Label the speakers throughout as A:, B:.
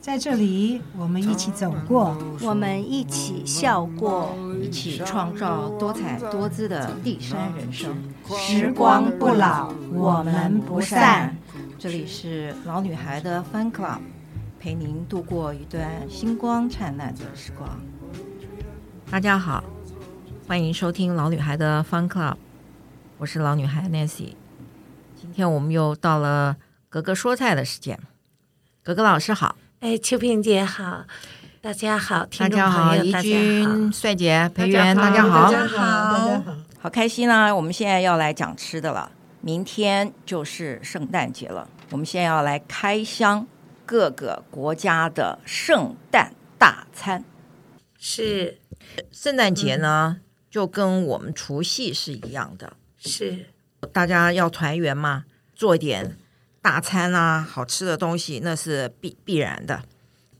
A: 在这里，我们一起走过，
B: 我们一起笑过，一起创造多彩多姿的第三人生。
A: 时光不老，我们不散。
B: 这里是老女孩的 Fan Club。陪您度过一段星光灿烂的时光。
C: 大家好，欢迎收听老女孩的 Fun Club，我是老女孩 Nancy。今天我们又到了格格说菜的时间，格格老师好，
D: 哎，秋萍姐好，大家好，
C: 大家好，怡
D: 听众朋友大家
C: 君、
D: 好
C: 帅姐、裴元，大家
D: 好，
C: 好，
D: 大家好，
B: 好开心啊！我们现在要来讲吃的了，明天就是圣诞节了，我们现在要来开箱各个国家的圣诞大餐。嗯
D: 是
C: 圣诞节呢，就跟我们除夕是一样的，
D: 是
C: 大家要团圆嘛，做点大餐啊，好吃的东西那是必必然的，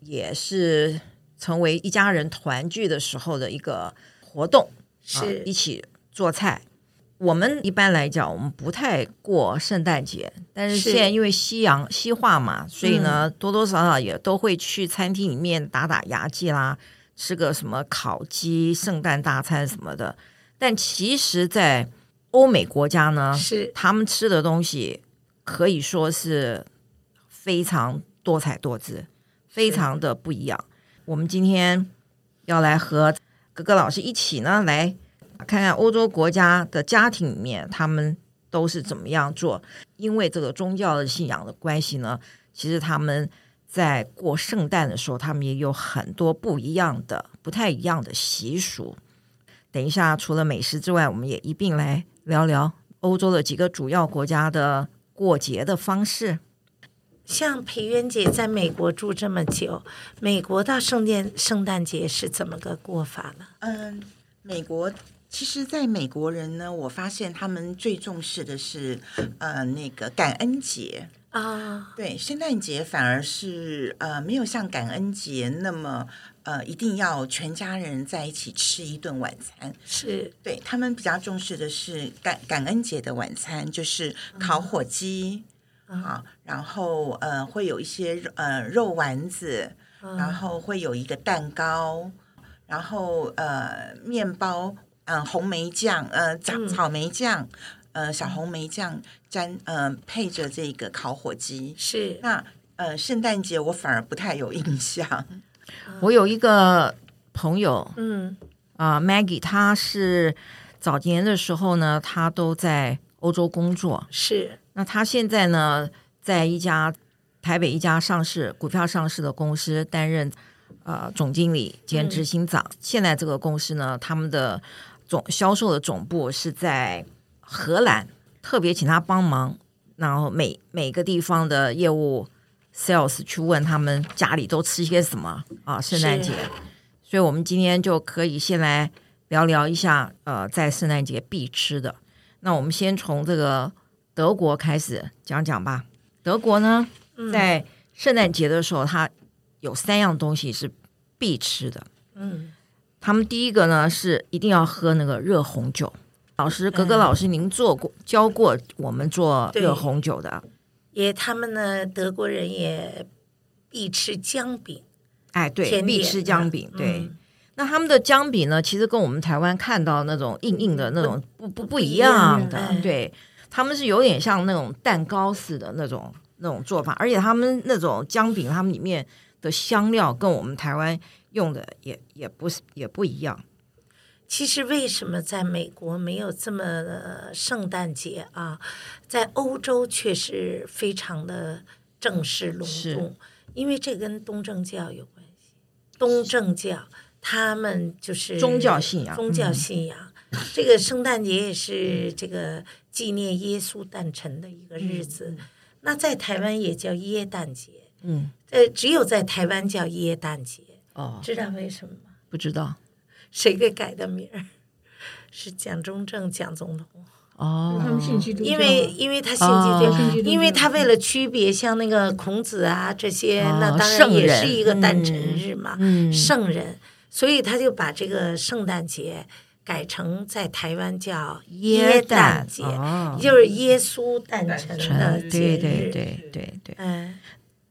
C: 也是成为一家人团聚的时候的一个活动，啊
D: 是
C: 一起做菜。我们一般来讲，我们不太过圣诞节，但是
D: 是嗯
C: 现在因为西洋西化嘛，所以呢，多多少少也都会去餐厅里面打打牙祭啦，吃个什么烤鸡、圣诞大餐什么的。但其实，在欧美国家呢，
D: 是
C: 他们吃的东西可以说是非常多彩多姿，非常的不一样。我们今天要来和格格老师一起呢，来看看欧洲国家的家庭里面他们都是怎么样做。因为这个宗教的信仰的关系呢，其实他们在过圣诞的时候，他们也有很多不一样的、不太一样的习俗。等一下，除了美食之外，我们也一并来聊聊欧洲的几个主要国家的过节的方式。
D: 像裴元姐在美国住这么久，美国到圣诞圣诞节是怎么个过法呢？
E: 嗯，美国其实，在美国人呢，我发现他们最重视的是呃那个感恩节。
D: 啊、
E: 对，圣诞节反而是呃没有像感恩节那么呃一定要全家人在一起吃一顿晚餐。
D: 是
E: 对他们比较重视的是感感恩节的晚餐，就是烤火鸡。啊，然后呃，会有一些肉呃肉丸子，
D: 嗯
C: 啊
E: 然后会有一个蛋糕，然后呃面包，嗯、红梅酱，呃草草莓酱，呃小红莓酱沾，呃配着这个烤火鸡。
D: 是
E: 那呃圣诞节我反而不太有印象，
C: 我有一个朋友
D: 嗯
C: 啊、m a g g i e 她是早年的时候呢，她都在欧洲工作。
D: 是
C: 那她现在呢，在一家台北一家上市股票上市的公司担任呃总经理兼执行长。现在这个公司呢，他们的总销售的总部是在荷兰，特别请他帮忙，然后每每个地方的业务 sales 去问他们家里都吃些什么啊，圣诞节
D: 是。
C: 所以我们今天就可以先来聊聊一下，呃，在圣诞节必吃的。那我们先从这个德国开始讲讲吧。德国呢，
D: 嗯
C: 在圣诞节的时候，它有三样东西是必吃的。
D: 嗯
C: 他们第一个呢是一定要喝那个热红酒。老师，格格老师，您做过教过我们做
D: 对
C: 热红酒的，
D: 也他们呢德国人也必吃姜饼，
C: 哎，对，
D: 甜点
C: 必吃姜饼，
D: 嗯
C: 对。那他们的姜饼呢，其实跟我们台湾看到那种硬硬的那种不不不一样哎的，
D: 嗯
C: 对，他们是有点像那种蛋糕似的那种那种做法，而且他们那种姜饼，他们里面的香料跟我们台湾用的也也不是也不一样，
D: 其实为什么在美国没有这么呃圣诞节啊？在欧洲却是非常的正式隆
C: 是
D: 重，因为这跟东正教有关系。东正教他们就是
C: 宗教信仰嗯
D: 宗教信仰。这个圣诞节也是这个纪念耶稣诞辰的一个日子，那在台湾也叫耶诞节。
C: 嗯，
D: 呃，只有在台湾叫耶诞节，
C: 哦，
D: 知道为什么吗？
C: 不知道，
D: 谁给改的名儿？ 是蒋中正、蒋总统，
C: 哦，
F: 他们信基督教
D: 因
F: 啊，
D: 为因为他信基督
C: 哦
D: 教，
F: 信基督教
D: 因为他为了区别像那个孔子啊这些，
C: 哦
D: 那当然
C: 圣
D: 也
C: 人
D: 是一个诞辰日嘛，
C: 嗯
D: 圣人，所以他就把这个圣诞节改成在台湾叫耶诞节，
C: 哦
D: 也就是耶稣诞辰的
C: 成
D: 节
C: 对
D: 日。
C: 对对对对。
D: 嗯，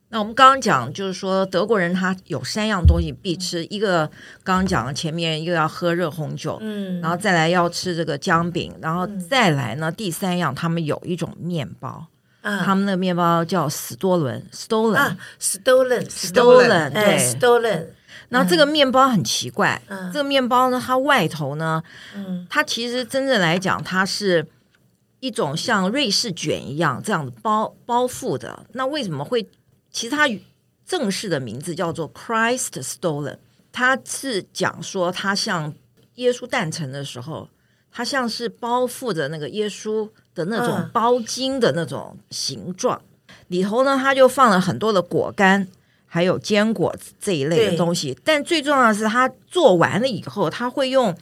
C: 那我们刚刚讲，就是说德国人他有三样东西必吃，一个刚刚讲了前面一个要喝热红酒，
D: 嗯，
C: 然后再来要吃这个姜饼，然后再来呢，第三样他们有一种面包，他
D: 啊
C: 们的面包叫史多伦 （Stolen）。
D: 啊，stolen
C: Stolen，
D: 哎
C: 对
D: ，stolen，
C: 然后这个面包很奇怪，
D: 嗯
C: 这个面包呢，它外头呢，
D: 嗯
C: 它其实真正来讲，它是一种像瑞士卷一样这样子包包覆的。那为什么会？其实它正式的名字叫做 Christ Stolen，它是讲说它像耶稣诞辰的时候，它像是包覆着那个耶稣的那种
D: 嗯
C: 包巾的那种形状，里头呢，它就放了很多的果干。还有坚果这一类的
D: 对
C: 东西，但最重要的是，它做完了以后，它会用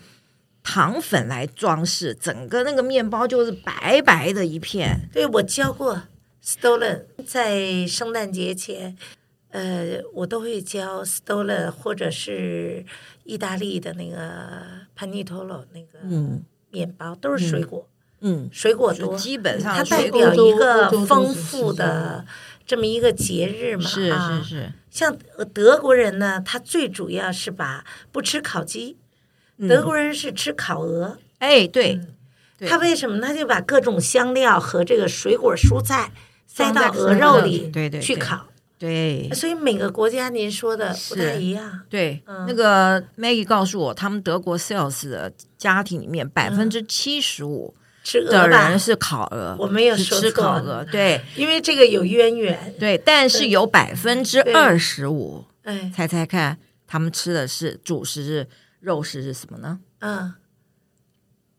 C: 糖粉来装饰，整个那个面包就是白白的一片。
D: 对我教过 stolen，在圣诞节前，呃，我都会教 stolen 或者是意大利的那个 panitolo 那个
C: 嗯
D: 面包，都是水果，
C: 嗯，
D: 水果
C: 就
D: 多，
C: 基本上
D: 它代
C: 水果
D: 表一个
F: 欧洲欧洲
D: 丰
F: 都是
D: 富
F: 这样
D: 的这么一个节日嘛，
C: 是
D: 啊
C: 是，是，
D: 像呃德国人呢，他最主要是把不吃烤鸡，
C: 嗯
D: 德国人是吃烤鹅。
C: 哎，对，
D: 嗯
C: 对
D: 他为什么？他就把各种香料和这个水果蔬菜塞
C: 放在
D: 到鹅肉
C: 鹅肉里
D: 里，
C: 对对
D: 去
C: 对
D: 烤。
C: 对
D: 所以每个国家您说的不太
C: 是
D: 一样。
C: 对，
D: 嗯
C: 那个 Maggie 告诉我，他们德国 sales 的家庭里面百分之七十五
D: 吃鹅
C: 的
D: 吧
C: 人，是烤鹅，
D: 我没有
C: 是
D: 说
C: 吃
D: 错
C: 烤鹅，对
D: 因为这个有渊源。
C: 对，但是有百分之二十五，
D: 哎，
C: 猜猜看，他们吃的是主食是肉食是什么呢？
D: 嗯，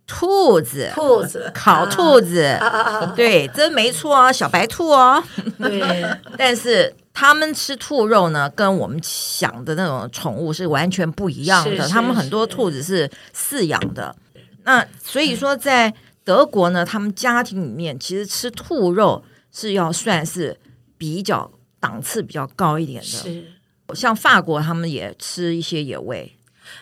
C: 兔子，
D: 兔子
C: 烤兔子，
D: 啊啊 啊！
C: 对，真没错啊，小白兔哦。
D: 对，
C: 但是他们吃兔肉呢，跟我们想的那种宠物是完全不一样的。
D: 是是
C: 他们很多
D: 是
C: 兔子是饲养的，那所以说在德国呢，他们家庭里面其实吃兔肉是要算是比较档次比较高一点的。
D: 是
C: 像法国，他们也吃一些野味，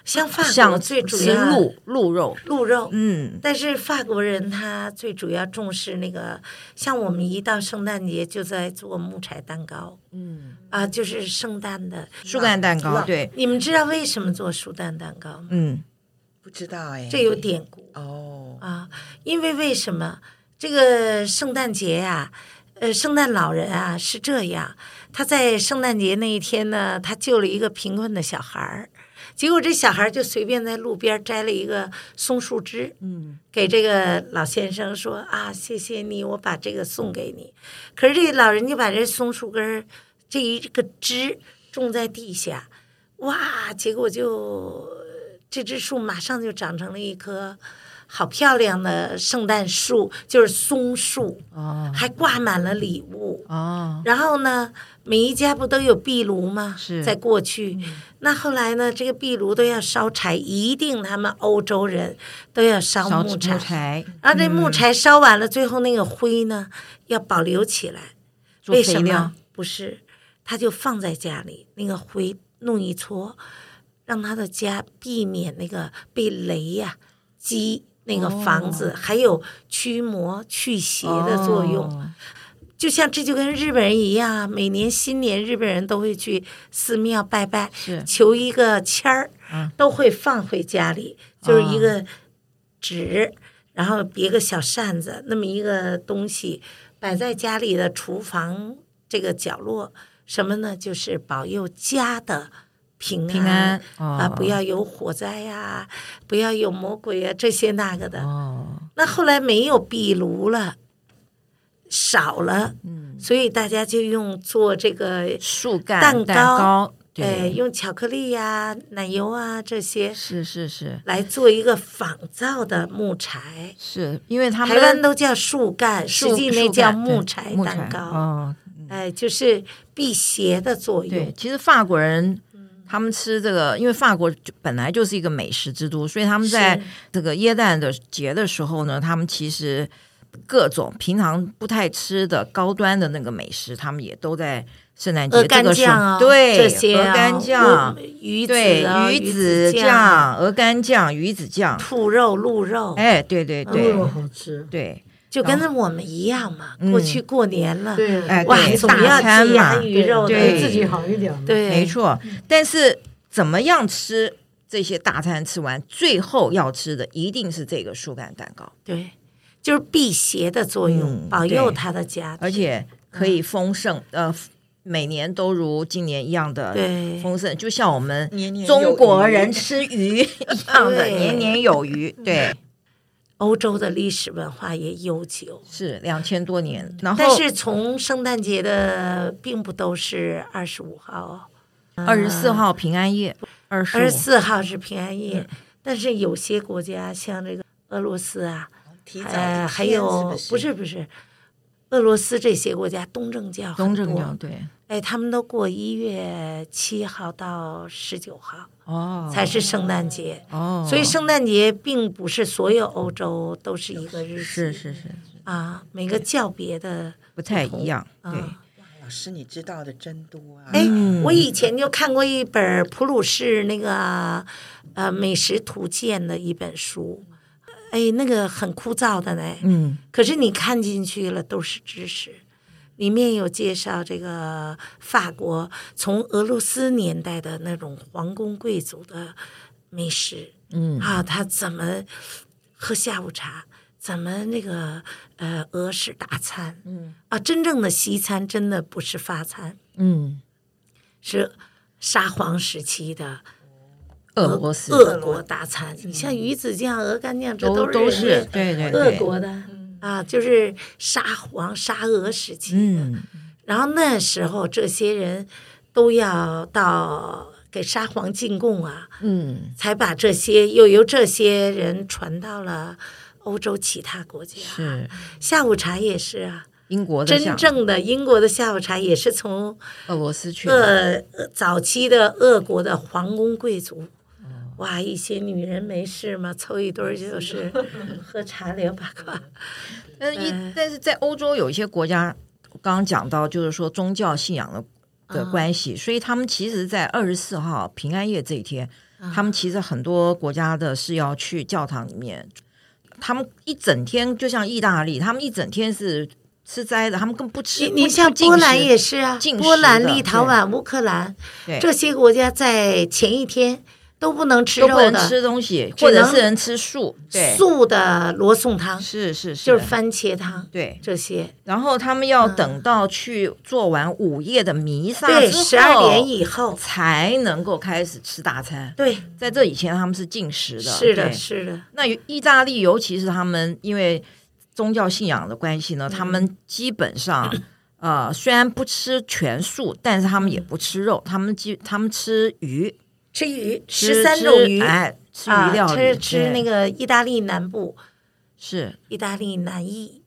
D: 像法国
C: 像
D: 最主
C: 吃
D: 要
C: 鹿鹿肉，
D: 鹿肉，
C: 嗯，
D: 但是法国人他最主要重视那个，像我们一到圣诞节就在做木柴蛋糕，嗯啊，就是圣诞的
C: 树干蛋糕，
E: 哇
C: 对，
D: 你们知道为什么做熟蛋蛋糕吗？
C: 嗯，
E: 不知道哎，
D: 这有典故
E: 哦，
D: 啊，因为为什么这个圣诞节呀、呃，圣诞老人啊是这样，他在圣诞节那一天呢，他救了一个贫困的小孩儿，结果这小孩儿就随便在路边摘了一个松树枝，嗯，给这个老先生说啊，谢谢你，我把这个送给你。可是这老人就把这松树根儿这一个枝种在地下，哇，结果就这只树马上就长成了一棵好漂亮的圣诞树，就是松树，
C: 哦
D: 还挂满了礼物。
C: 哦，
D: 然后呢，每一家不都有壁炉吗？
C: 是嗯
D: 在过去，那后来呢，这个壁炉都要烧柴，一定他们欧洲人都要烧
C: 烧
D: 木
C: 木柴嗯
D: 然后这木柴烧完了，最后那个灰呢要保留起来，
C: 做
D: 为
C: 肥
D: 什
C: 料
D: 么？不是，他就放在家里，那个灰弄一撮，让他的家避免那个被雷呀、击那个房
C: 哦
D: 子，还有驱魔去邪的作用。
C: 哦
D: 就像这就跟日本人一样啊，每年新年日本人都会去寺庙拜拜
C: 是，
D: 求一个签儿，
C: 嗯
D: 都会放回家里，就是一个纸，
C: 啊
D: 然后别个小扇子，那么一个东西摆在家里的厨房这个角落，什么呢？就是保佑家的平安
C: 平安
D: 啊，
C: 哦
D: 不要有火灾呀、不要有魔鬼啊，这些那个的。
C: 哦，
D: 那后来没有壁炉了，少了，
C: 嗯
D: 所以大家就用做这个，
C: 树干
D: 蛋糕
C: 糕对，
D: 呃，用巧克力呀、奶油啊这些
C: 是是是
D: 来做一个仿造的木柴。
C: 是，因为他们
D: 台湾都叫树干，
C: 树
D: 实际那
C: 树干
D: 叫木
C: 对
D: 柴
C: 木
D: 蛋糕。
C: 哦，
D: 哎，就是辟邪的作
C: 对，
D: 用。
C: 其实法国人
D: 嗯
C: 他们吃这个，因为法国就本来就是一个美食之都，所以他们在
D: 是
C: 这个耶诞的节的时候呢，他们其实各种平常不太吃的高端的那个美食，他们也都在圣诞节
D: 鹅
C: 这
D: 肝
C: 个时
D: 酱
C: 候，
D: 啊，
C: 对，
D: 这些
C: 鹅
D: 啊，
C: 肝
D: 我
C: 酱，
D: 鱼
C: 对，
D: 子啊，
C: 鱼
D: 子
C: 子酱、鹅肝酱、鱼子酱，
D: 兔肉、鹿肉，
C: 哎，对对对
D: 嗯
F: 好吃，
C: 对，
D: 就跟我们一样嘛。
C: 嗯
D: 过去过年了，
F: 对，
C: 哎
D: 哇，
C: 对
D: 总
C: 大
D: 要
C: 餐
D: 鸡鸭
C: 嘛
D: 鱼嗯肉
C: 对
D: 的，
F: 自己好一点嘛，
D: 对，
C: 没错。但是怎么样吃这些大餐吃完，最后要吃的一定是这个树干蛋糕，
D: 对，就是辟邪的作用，
C: 嗯
D: 保佑
C: 对
D: 他的家庭，
C: 而且可
D: 嗯
C: 以丰盛，呃，每年都如今年一样的
D: 对
C: 丰盛，就像我们
E: 年年有
C: 中国
E: 余
C: 人吃鱼一样的，
D: 对嗯
C: 年年有余。对，
D: 欧洲的历史文化也悠久。
C: 是两千多年。然后，
D: 嗯但是从圣诞节的并不都是二十五号哦，
C: 二十四号平安夜，二
D: 啊二
C: 十
D: 十四号是平安夜，但是有些国家像这个俄罗斯啊，
E: 提早
D: 呃，
E: 一天
D: 还有
E: 是
D: 不是不是，俄罗斯这些国家东正教很
C: 东正
D: 多
C: 教对。
D: 哎，他们都过一月七号到十九号
C: 哦，
D: 才是圣诞节，
C: 哦，
D: 所以圣诞节并不是所有欧洲都是一个日
C: 是
D: 期
C: 是是
D: 啊，每个教别的
C: 不太一样，对，
D: 啊。
E: 老师，你知道的真多啊！
D: 哎，
C: 嗯
D: 我以前就看过一本普鲁士那个呃美食图鉴的一本书，哎，那个很枯燥的呢。
C: 嗯，
D: 可是你看进去了都是知识，里面有介绍这个法国从俄罗斯年代的那种皇宫贵族的美食，嗯啊，他怎么喝下午茶，怎么那个呃俄式大餐，嗯啊，真正的西餐真的不是法餐，
C: 嗯，
D: 是沙皇时期的
C: 俄罗斯嗯
D: 俄国大餐，你像鱼子酱、鹅肝酱，这
C: 都
D: 都
C: 都
D: 人
C: 是
D: 家
C: 对对
D: 俄
C: 对，嗯
D: 国的啊，就是沙皇、沙俄时期的。
C: 嗯
D: 然后那时候这些人都要到给沙皇进贡啊，
C: 嗯，
D: 才把这些又由这些人传到了欧洲其他国家。
C: 是
D: 下午茶也是啊，
C: 英国的
D: 真
C: 像
D: 正的英国的下午茶也是从
C: 俄罗斯去的，
D: 俄呃早期的俄国的皇宫贵族，
C: 嗯
D: 哇，一些女人没事嘛，凑一堆儿就是 喝茶聊八卦。
C: 但是
D: 嗯
C: 一但是在欧洲有一些国家，刚刚讲到就是说宗教信仰的的
D: 嗯
C: 关系，所以他们其实，在二十四号平安夜这一天，
D: 嗯
C: 他们其实很多国家的是要去教堂里面，他们一整天就像意大利，他们一整天是吃斋的，他们更不吃，
D: 你你
C: 不
D: 像
C: 不进
D: 波兰
C: 食
D: 也是啊
C: 进，食
D: 波兰、
C: 的
D: 立陶宛、乌克兰
C: 对
D: 这些国家在前一天都不能吃
C: 都不
D: 肉
C: 能吃
D: 的，
C: 东西，
D: 只
C: 或者
D: 能
C: 是人吃素，对，
D: 素的罗宋汤
C: 是是是，
D: 就是番茄汤
C: 对，
D: 这些，
C: 然后他们要等到去做完午夜的弥撒
D: 对，
C: 之后
D: 十二点以后，
C: 才能够开始吃大餐。
D: 对，
C: 在这以前，他们是禁食的。
D: 是的，
C: 对
D: 是的，
C: 那意大利，尤其是他们因为宗教信仰的关系
D: 嗯
C: 呢，他们基本 上呃，虽然不吃全素，但是他们也不吃肉，他们基他们吃鱼，
D: 吃鱼，
C: 吃
D: 十三种
C: 吃
D: 鱼
C: 哎，吃鱼
D: 啊
C: 料，理，
D: 吃吃那
C: 个
D: 个意大利南部。
C: 是
D: 意大利南意，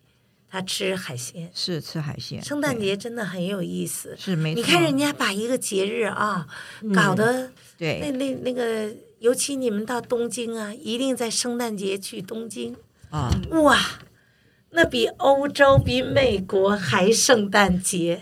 D: 他吃海鲜。
C: 是吃海鲜。
D: 圣诞
C: 对
D: 节真的很有意思，
C: 是没错，嗯
D: 你看人家把一个节日啊，搞得那
C: 对
D: 那那个，尤其你们到东京啊，一定在圣诞节去东京，
C: 啊，
D: 哇，那比欧洲、比美国还圣诞节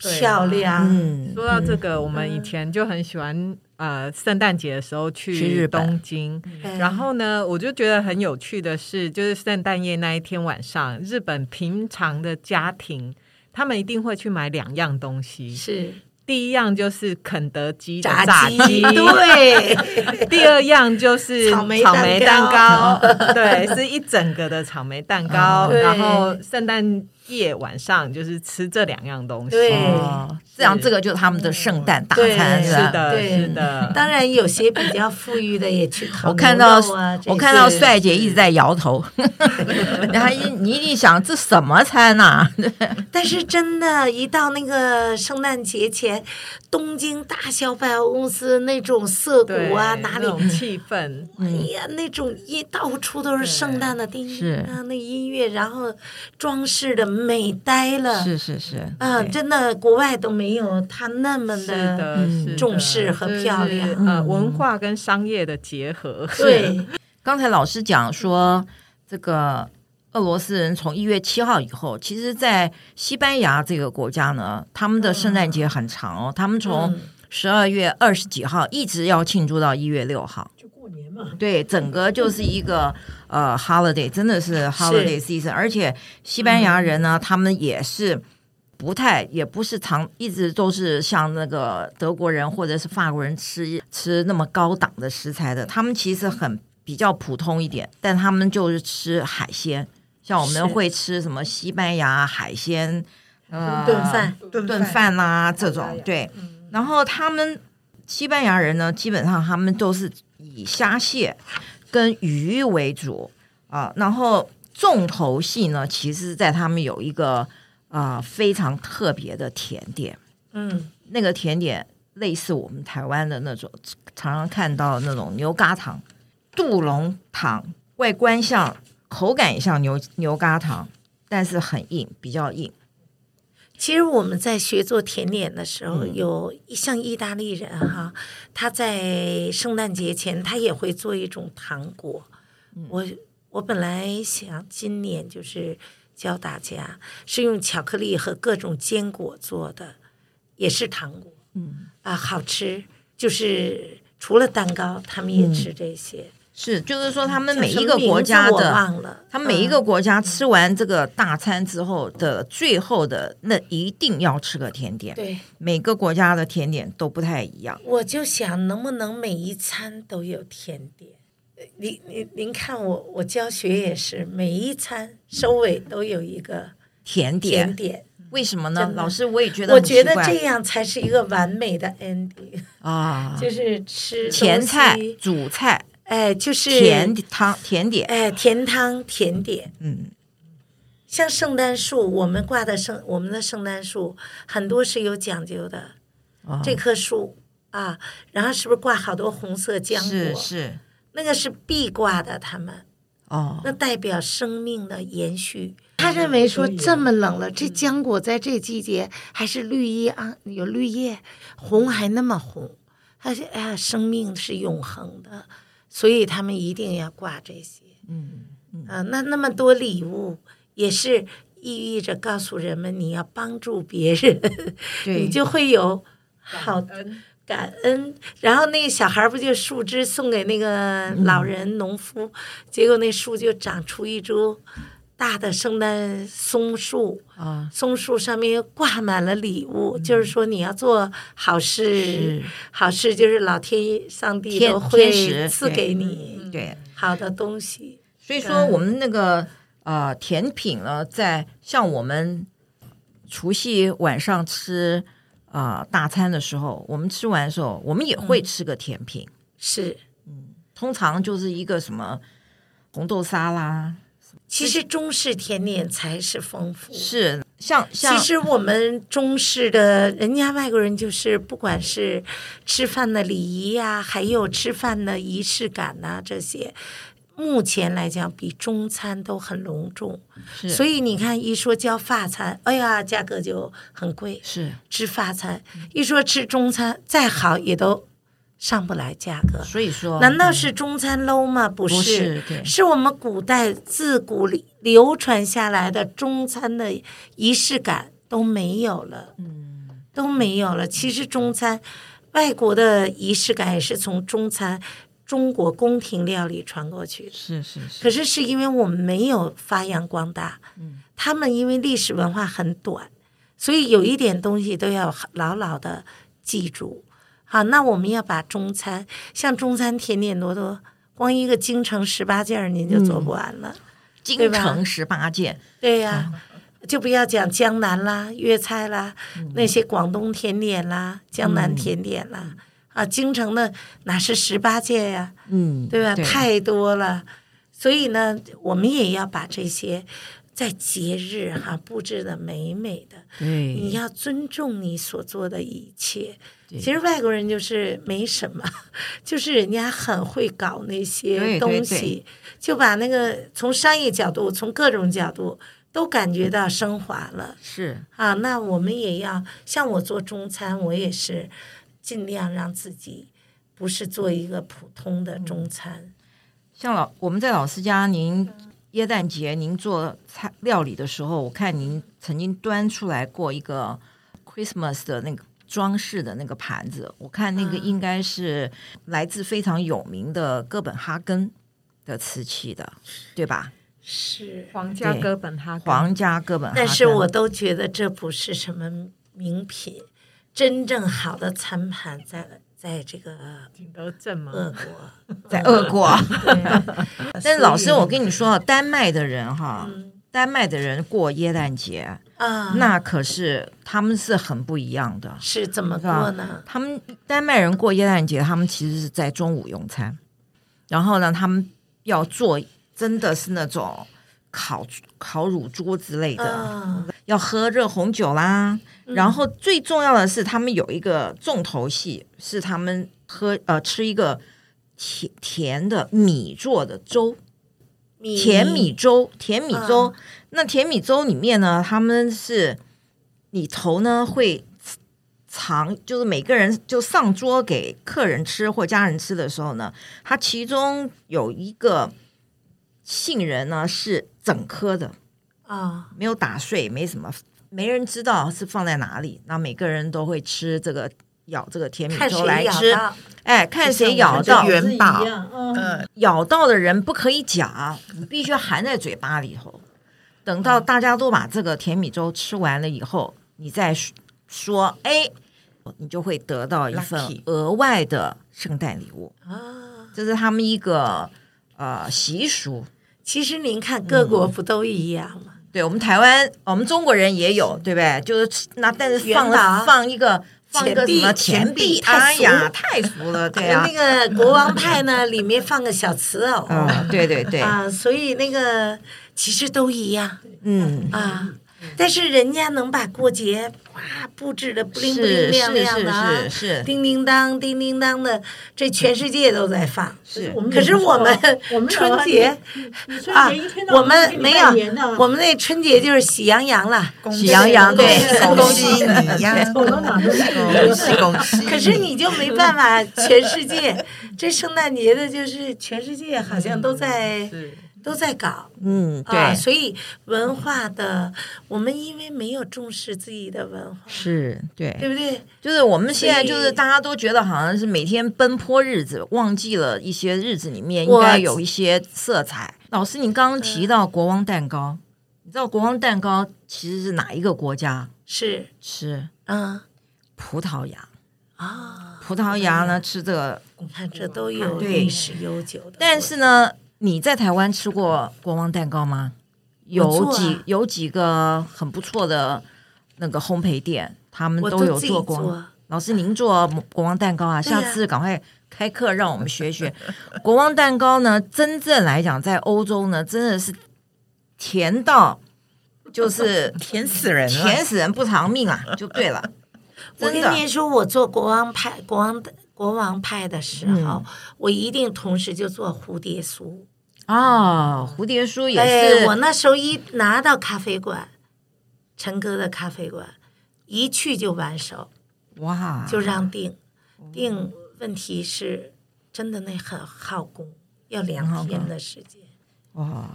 F: 对
D: 漂亮。
C: 嗯，
F: 说到这个，我们以前就很喜欢呃，圣诞节的时候
C: 去日
F: 去
C: 本
F: 东京。
D: 哎
F: 然后呢，我就觉得很有趣的是，就是圣诞夜那一天晚上，日本平常的家庭，他们一定会去买两样东西。
D: 是
F: 第一样就是肯德基的
D: 炸
F: 炸
D: 鸡，对，
F: 第二样就是
D: 草莓
F: 草莓
D: 蛋嗯
F: 蛋糕，对，是一整个的草莓蛋糕。
D: 对
F: 然后圣诞夜晚上就是吃这两样东西。
D: 对
C: 哦，这样这个就是他们的圣诞大
D: 对
C: 餐，
F: 是
C: 吧
F: 的，
D: 对
F: 是的。
D: 当然有些比较富裕的也去烤
C: 我看
D: 牛
C: 到
D: 肉啊这
C: 我看到
D: 些嗯
C: 帅姐一直在摇 头，然后一你一定想这什么餐啊呐、
D: 但是真的，一到那个圣诞节前，东京大小百货公司那种涩谷
F: 对
D: 啊，哪里
F: 那，种气 氛？
D: 哎呀，那种一到处都是圣诞的叮
C: 是
D: 啊，那音乐，然后装饰的美呆了。
C: 是是是，
D: 啊，
C: 对
D: 真的，国外都没有它那么
F: 是
D: 的，嗯
F: 的，是的
D: 重视和漂亮嗯
F: 就是呃，文化跟商业的结合，
D: 对，
C: 刚才老师讲说，这个俄罗斯人从一月七号以后，其实，在西班牙这个国家呢，他们的圣诞节很长哦，他们从
D: 嗯
C: 十二月二十几号一直要庆祝到一月六号，就过年嘛。对，整个就是一个呃 holiday，真的是嗯 holiday season，而且西班牙人呢，他们也是。不太，也不是常一直都是像那个德国人或者是法国人吃吃那么高档的食材的，他们其实很比较普通一点，但他们就是吃海鲜，像我
D: 是
C: 们会吃什么西班牙海鲜，呃，
D: 顿饭，
E: 顿
C: 炖饭啦、这种，对。然后他们西班牙人呢，基本上他们都是以虾蟹跟鱼为主啊、然后重头戏呢，其实在他们有一个啊、呃非常特别的甜点，
D: 嗯，
C: 那个甜点类似我们台湾的那种常常看到的那种牛轧糖、杜龙糖，外观像口感也像牛牛轧糖，但是很硬，比较硬。
D: 其实我们在学做甜点的时候，
C: 嗯
D: 有像意大利人哈，他在圣诞节前他也会做一种糖果。
C: 嗯
D: 我我本来想今年就是教大家是用巧克力和各种坚果做的，也是糖果，嗯啊，好吃，就是除了蛋糕，他们也吃这些。
C: 是，就是说他们
D: 叫
C: 嗯每
D: 什
C: 一
D: 么
C: 个
D: 名
C: 国
D: 字
C: 家
D: 我
C: 的，
D: 忘了，嗯
C: 他们每一个国家吃完这个大餐之后的最后的那一定要吃个甜
D: 嗯
C: 点，
D: 对。
C: 每个国家的甜点都不太一样。
D: 我就想，能不能每一餐都有甜点？呃您您您看我，我教学也是，每一餐收尾都有一个
C: 甜
D: 甜
C: 点
D: 点。
C: 为什么呢
D: 真？的
C: 老师，我也觉得
D: 我
C: 很奇
D: 觉得
C: 怪
D: 这样才是一个完美的 ending，、
C: 啊，
D: 就是吃
C: 前菜
D: 东西、
C: 主菜、
D: 哎，就是
C: 甜汤、甜点，
D: 哎，甜汤甜点，
C: 嗯，
D: 像圣诞树，我们挂的圣我们的圣诞树很多是有讲究的，
C: 啊
D: 这棵树啊，然后是不是挂好多红色浆
C: 是
D: 果？
C: 是
D: 那个是必挂的，他们。
C: 哦，
D: 那代表生命的延续。他认为说这么冷了，这浆果在这季节还是绿叶啊，有绿叶，红还那么红。他说：“哎呀，生命是永恒的，所以他们一定要挂这些。嗯”嗯啊，那那么多礼物也是意喻着告诉人们，你要帮助别人，
C: 对
D: 你就会有好感恩。然后那个小孩儿不就树枝送给那个
C: 嗯
D: 老人农夫，结果那树就长出一株大的圣诞松树，
C: 啊，嗯
D: 松树上面又挂满了礼物，就是说你要做好事
C: 是，
D: 好事就是老天爷、上帝
C: 天
D: 都
C: 天使
D: 会赐
C: 对
D: 给你
C: 对。
D: 好的东西。
C: 所以说，我们那个呃甜品呢，在像我们除夕晚上吃啊、呃大餐的时候，我们吃完的时候，我们也会吃个甜品，
D: 是，
C: 通常就是一个什么红豆沙啦，
D: 其实中式甜点才是丰富。
C: 是像像
D: 其实我们中式的人家外国人就是，不管是吃饭的礼仪呀、还有吃饭的仪式感呐、这些，目前来讲比中餐都很隆重。
C: 是
D: 所以你看，一说教法餐，哎呀，价格就很贵；
C: 是，
D: 吃法餐，
C: 嗯
D: 一说吃中餐，再好也都上不来价格。
C: 所以说
D: 难道是中餐 low 吗？不是，
C: 不是对
D: 是我们古代自古里流传下来的中餐的仪式感都没有了，嗯，都没有了。其实中餐，外国的仪式感也是从中餐、中国宫廷料理传过去的。
C: 是是是
D: 可是是因为我们没有发扬光大，他们因为历史文化很短，所以有一点东西都要牢牢的记住。好，那我们要把中餐，像中餐甜点多多，光一个京城十八件儿您就做不完了，对
C: 京
D: 吧
C: 城十八件，
D: 对呀、就不要讲江南啦、粤菜啦，那些广东甜点啦、江南甜点啦，啊，京城的哪是十八届呀、
C: 嗯，
D: 对吧？
C: 对
D: 太多了，所以呢，我们也要把这些在节日哈、布置的美美的。你
C: 对
D: 要尊重你所做的一切。其实外国人就是没什么， 就是人家很会搞那
C: 对
D: 些
C: 对
D: 东西，就把那个从商业角度、从各种角度都感觉到升华了。
C: 是
D: 啊，那我们也要像我做中餐，我也是尽量让自己不是做一个普通的
C: 嗯
D: 中餐。
C: 像老我们在老师家，您耶诞节您做菜料理的时候，我看您曾经端出来过一个 Christmas 的那个装饰的那个盘子，我看那个
D: 嗯
C: 应该是来自非常有名的哥本哈根的瓷器的，对吧？
D: 是，
F: 皇家
C: 对
F: 哥本哈根，
C: 皇家哥本哈根，
D: 但是我都觉得这不是什么名品，真正好的餐盘在在这个
F: 景德镇嘛，
D: 俄国。
C: 在俄国。
D: 对，
C: 但是老师，我跟你说啊，丹麦的人哈，
D: 嗯
C: 丹麦的人过耶诞节，
D: 啊，
C: 那可是他们是很不一样的。
D: 是怎么过呢？
C: 他们丹麦人过耶诞节，他们其实是在中午用餐，然后呢，他们要做真的是那种烤烤乳猪之类的，
D: 啊，
C: 要喝热红酒啦。然后最重要的是，他们有一个重头戏是他们喝呃吃一个甜甜的米做的粥。
D: 米
C: 甜米粥，甜米粥。那甜米粥里面呢，他们是里头呢会尝，就是每个人就上桌给客人吃或家人吃的时候呢，它其中有一个杏仁呢是整颗的，
D: 啊，
C: 没有打碎，没什么，没人知道是放在哪里。那每个人都会吃这个。咬这个甜米
D: 看
C: 粥
D: 谁
C: 来
D: 咬
C: 吃，
D: 到
C: 哎，看谁
E: 就像我
C: 咬到
E: 们的元宝
C: 是一样嗯，咬到的人不可以讲，你必须含在嘴巴里头。等到大家都把这个甜米粥吃完了以后，你再说，哎，你就会得到一份
E: Lucky
C: 额外的圣诞礼物。
D: 啊。
C: 这是他们一个呃习俗。
D: 其实您看，各
C: 嗯
D: 国不都一样吗？
C: 对我们台湾，我们中国人也有，对不对？就是吃那，但是放
D: 元宝
C: 了放一个放一个
D: 钱币
C: 什么钱币，
D: 钱币太
C: 哎呀，
D: 俗
C: 太俗了，对啊
D: 那，个国王派呢，里面放个小瓷偶。
C: 嗯，对对对，
D: 啊，所以那个其实都一样
C: 嗯。
D: 啊，但是人家能把过节哇布置的布灵布灵
C: 是
D: 亮
C: 是
D: 亮的啊
C: 是是，是，
D: 叮叮当叮叮当的，这全世界都在放。
C: 是
D: 可是我们
G: 我们
D: 春节啊，我们没有，我们那春节就是喜洋洋了。
C: 喜羊羊对
E: 恭喜你呀，
G: 我到哪都是
E: 恭喜恭喜！
D: 可是你就没办法，全世界这圣诞节的，就是全世界好像都在
F: 是
D: 都在搞，
C: 嗯，对，
D: 啊，所以文化的我们因为没有重视自己的文化，
C: 是
D: 对
C: 对，
D: 不对？
C: 就是我们现在就
D: 所
C: 是
D: 以
C: 大家都觉得好像是每天奔波日子，忘记了一些日子里面
D: 我
C: 应该有一些色彩。老师，你刚刚提到国王蛋
D: 嗯
C: 糕，你知道国王蛋糕其实是哪一个国家
D: 是，
C: 吃？
D: 嗯
C: 葡萄牙，
D: 啊，
C: 葡萄牙呢吃这个，
D: 你看这都有
C: 对
D: 历史悠久的，
C: 但是呢，你在台湾吃过国王蛋糕吗？
D: 我
C: 有
D: 做啊
C: 几有几个很不错的那个烘焙店，他们
D: 我
C: 都有
D: 自己
C: 做过。老师，您做国王蛋糕啊？
D: 对呀
C: 下次赶快开课让我们学学。 国王蛋糕呢，真正来讲，在欧洲呢，真的是甜到就是
E: 甜死人了，
C: 甜死人不偿命啊，就对了。
D: 我
C: 真
D: 跟
C: 的
D: 您说，我做国王派、国王的国王派的时候，我一定同时就做蝴蝶酥。
C: 哦，蝴蝶酥也
D: 哎，
C: 是
D: 我那时候一拿到咖啡馆，陈哥的咖啡馆，一去就完手，
C: 哇，
D: 就让定、定。问题是，真的那很耗工，要两天的时间。
C: 哇，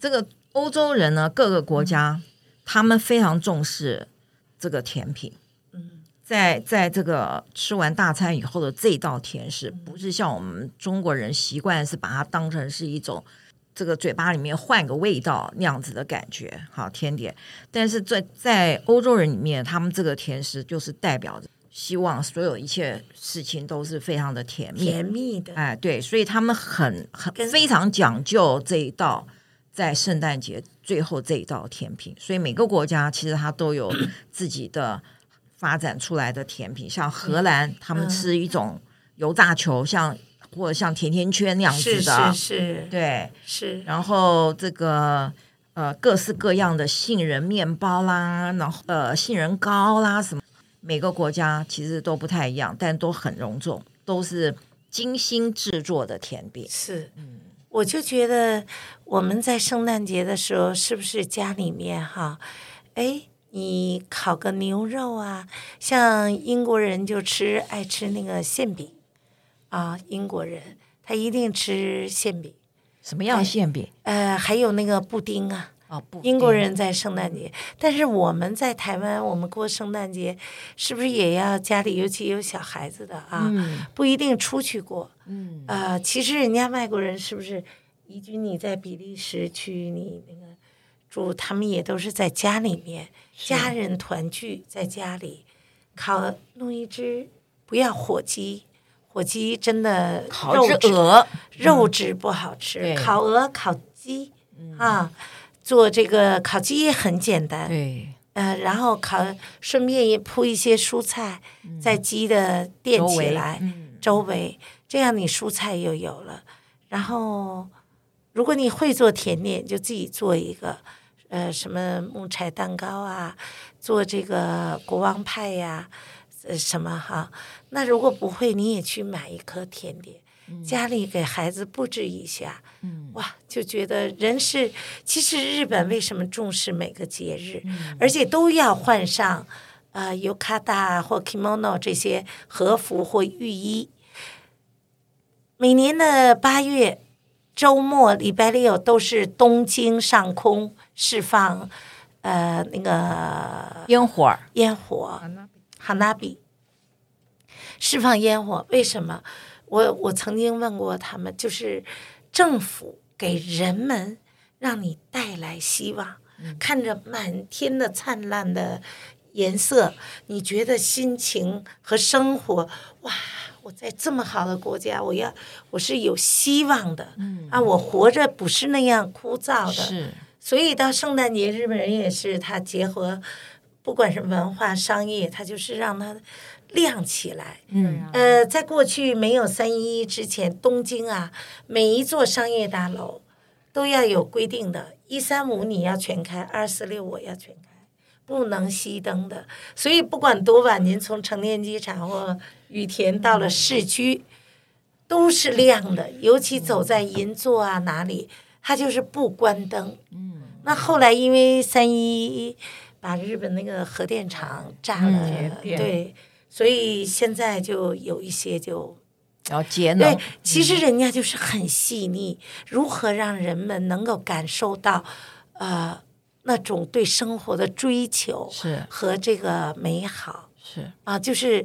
C: 这个欧洲人呢，各个国家他们非常重视这个甜品。
D: 嗯，
C: 在在这个吃完大餐以后的这道甜食，不是像我们中国人习惯是把它当成是一种这个嘴巴里面换个味道那样子的感觉，好甜点。但是在在欧洲人里面，他们这个甜食就是代表着希望所有一切事情都是非常的甜蜜，
D: 甜蜜的，
C: 哎，对，所以他们很很
D: 跟
C: 非常讲究这一道，在圣诞节最后这一道甜品。所以每个国家其实它都 有自己的发展出来的甜品，
D: 嗯
C: 像荷兰他们吃一种油炸球，像或者像甜甜圈那样子
D: 是
C: 的，
D: 是是
C: 对。
D: 是，
C: 然后这个呃各式各样的杏仁面包啦，然后呃杏仁糕啦什么，每个国家其实都不太一样，但都很隆重，都是精心制作的甜点。
D: 是，我就觉得我们在圣诞节的时候，是不是家里面哈，哎，你烤个牛肉啊，像英国人就吃爱吃那个馅饼啊，英国人他一定吃馅饼，
C: 什么样的馅饼？
D: 呃，还有那个布丁啊，
C: 哦，不，
D: 英国人在圣诞节，但是我们在台湾，我们过圣诞节是不是也要家里，尤其有小孩子的啊，
B: 嗯
D: 不一定出去过。嗯，呃，其实人家外国人是不是，怡君你在比利时去你那个住，他们也都是在家里面，家人团聚在家里烤弄一只，不要火鸡，火鸡真的
B: 烤
D: 肉
B: 只
D: 质
B: 鹅，
D: 肉质不好吃，
C: 嗯对
D: 烤鹅、烤鸡、啊，做这个烤鸡也很简单，
C: 对，
D: 呃，然后烤顺便也铺一些蔬菜，在鸡的垫
C: 嗯周
D: 起
C: 围
D: 来，
C: 嗯
D: 周围，这样你蔬菜又有了。然后，如果你会做甜点，就自己做一个，呃，什么木柴蛋糕啊，做这个国王派呀、呃，什么哈。那如果不会，你也去买一颗甜点，
C: 嗯
D: 家里给孩子布置一下。哇，就觉得人是，其实日本为什么重视每个节日，而且都要换上呃 yukata 或 kimono 这些和服或浴衣。每年的八月周末礼拜六都是东京上空释放呃那个
B: 烟火
C: 哦
B: 儿
D: 烟火，哈纳比释放烟火，为什么？我我曾经问过他们，就是政府给人们让你带来希望，看着满天的灿烂的颜色，你觉得心情和生活，哇！我在这么好的国家，我要我是有希望的，啊，我活着不是那样枯燥的，
C: 是
D: 所以到圣诞节，日本人也是他结合，不管是文化、商业，他就是让它亮起来。
C: 嗯，
D: 呃，在过去没有三一一之前，东京啊，每一座商业大楼都要有规定的，一三五你要全开，二四六我要全开，不能熄灯的。所以不管多晚，您从成田机场或羽田到了市区，都是亮的，尤其走在银座啊哪里，它就是不关灯。嗯，那后来因为三一一把日本那个核电厂炸
C: 嗯
D: 了，
F: 节电
D: 对，所以现在就有一些就
B: 要节
C: 嗯
B: 能
D: 对，，其实人家就是很细腻，如何让人们能够感受到，呃，那种对生活的追求
C: 是
D: 和这个美好
C: 是，
D: 啊，就是，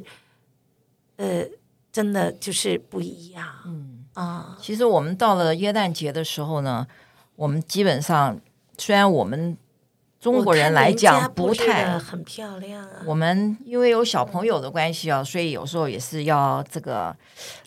D: 呃，真的就是不一样，嗯啊，
C: 其实我们到了耶诞节的时候呢，我们基本上虽然我们中国人来
D: 我看人
C: 讲
D: 家
C: 不
D: 布置得
C: 太，嗯
D: 很漂亮啊，
C: 我们因为有小朋友的关系啊，所以有时候也是要这个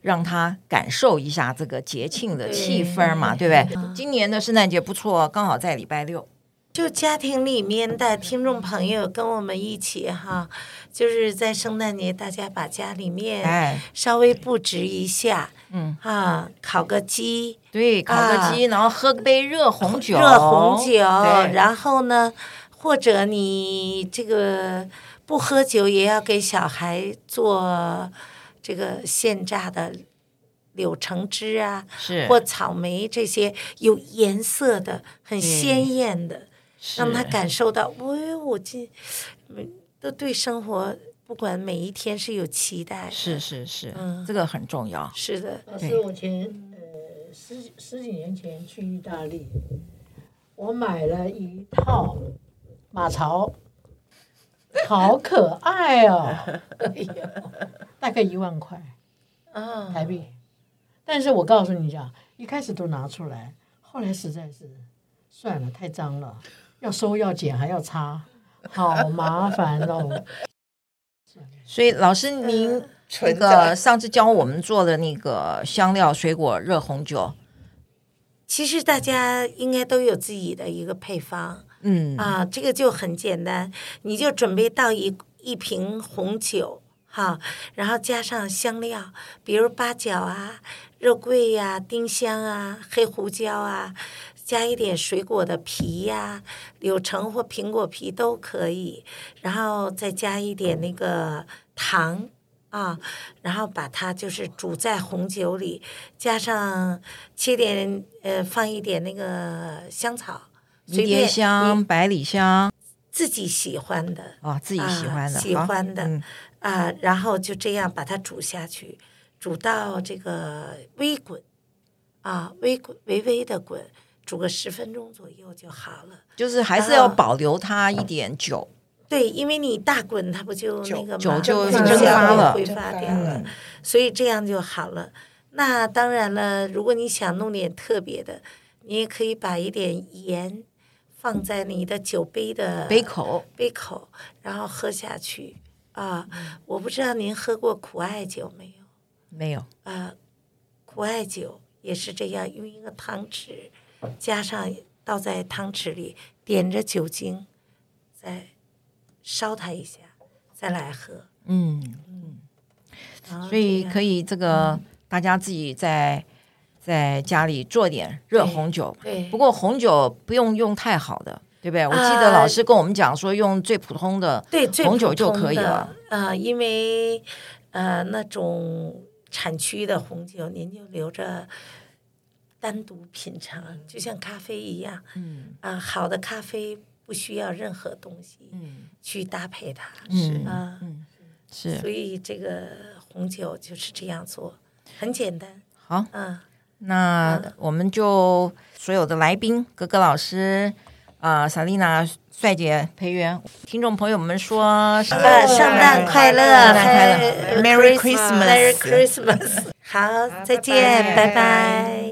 C: 让他感受一下这个节庆的气氛嘛，对不
D: 嗯
C: 对？今年的圣诞节不错，刚好在礼拜六，
D: 就家庭里面的听众朋友跟我们一起哈，就是在圣诞节，大家把家里面
C: 哎，
D: 稍微布置一下，
C: 嗯
D: 啊，烤个鸡，
C: 对，烤个鸡，然后喝杯热红酒，
D: 啊热红酒，
C: 对
D: 然后呢，或者你这个不喝酒，也要给小孩做这个现榨的柳橙汁啊，
C: 是
D: 或草莓这些有颜色的、很鲜艳的，
C: 是
D: 让他感受到，哎，我这嗯都对生活，不管每一天是有期待的，
C: 是是是
D: 嗯，
C: 这个很重要。
D: 是的，
G: 老师，我前呃十几十几年前去意大利，我买了一套马槽，好可爱哦， 哎呦大概一万块
D: 嗯，
G: 台币。但是我告诉你讲，一开始都拿出来，后来实在是算了，太脏了，要收要剪还要擦，好麻烦哦。
C: 所以老师您
D: 嗯
C: 那
E: 存
C: 个
E: 着
C: 上次教我们做的那个香料水果热红酒，
D: 其实大家应该都有自己的一个配方。
C: 嗯，
D: 啊，这个就很简单，你就准备倒一一瓶红酒哈，然后加上香料，比如八角啊、肉桂呀、丁香啊、黑胡椒啊，加一点水果的皮呀、柳橙或苹果皮都可以，然后再加一点那个糖。啊，然后把它就是煮在红酒里，加上切点呃放一点那个香草，
C: 迷
D: 随便
C: 迭香、
D: 你
C: 百里香
D: 自己喜欢的
C: 啊，自己喜欢的，
D: 啊、喜
C: 好
D: 欢的、
C: 嗯
D: 啊，然后就这样把它煮下去，煮到这个微滚啊，微滚微微的滚，煮个十分钟左右就好了。
C: 就是还是
D: 然
C: 要
D: 后
C: 保留它一点酒，
D: 对，因为你大滚，它不就
E: 酒
D: 那个
C: 酒
D: 嘛
C: 就
D: 马上
G: 蒸发
D: 就
C: 了
D: 挥
E: 蒸
D: 发嗯
E: 发
D: 掉
E: 了
D: 了，所以这样就好了。那当然了，如果你想弄点特别的，你也可以把一点盐放在你的酒杯的
C: 杯口
D: 杯口，然后喝下去啊。
C: 嗯
D: 我不知道您喝过苦艾酒没有？
C: 没有。
D: 啊，苦艾酒也是这样，用一个汤匙加上倒在汤匙里，点着酒精，再烧它一下，再来喝。
C: 嗯，
D: 然后
C: 所以
D: 这样
C: 可以这个大家自己在在家里做点热红酒，
D: 对
C: 不过红酒不用用太好的，对不对？我记得老师跟我们讲说，用最普通的
D: 对最
C: 红
D: 普
C: 酒就
D: 通
C: 可以
D: 的
C: 了。
D: 呃，因为呃那种产区的红酒，您就留着。单独品尝，就像咖啡一样，
C: 嗯
D: 啊、好的咖啡不需要任何东西
C: 嗯
D: 去搭配它，
C: 嗯
D: 啊、
C: 嗯，是
D: 所以这个红酒就是这样做，很简单。
C: 好。
D: 嗯，
C: 那我们就所有的来宾，格格老师，啊、萨丽娜、帅姐、裴元，听众朋友们说，圣
D: 呃，圣诞快乐
C: 圣诞快乐
D: 嗨
E: Merry
D: Christmas，Merry
E: Christmas
D: Christmas。好，再见，拜拜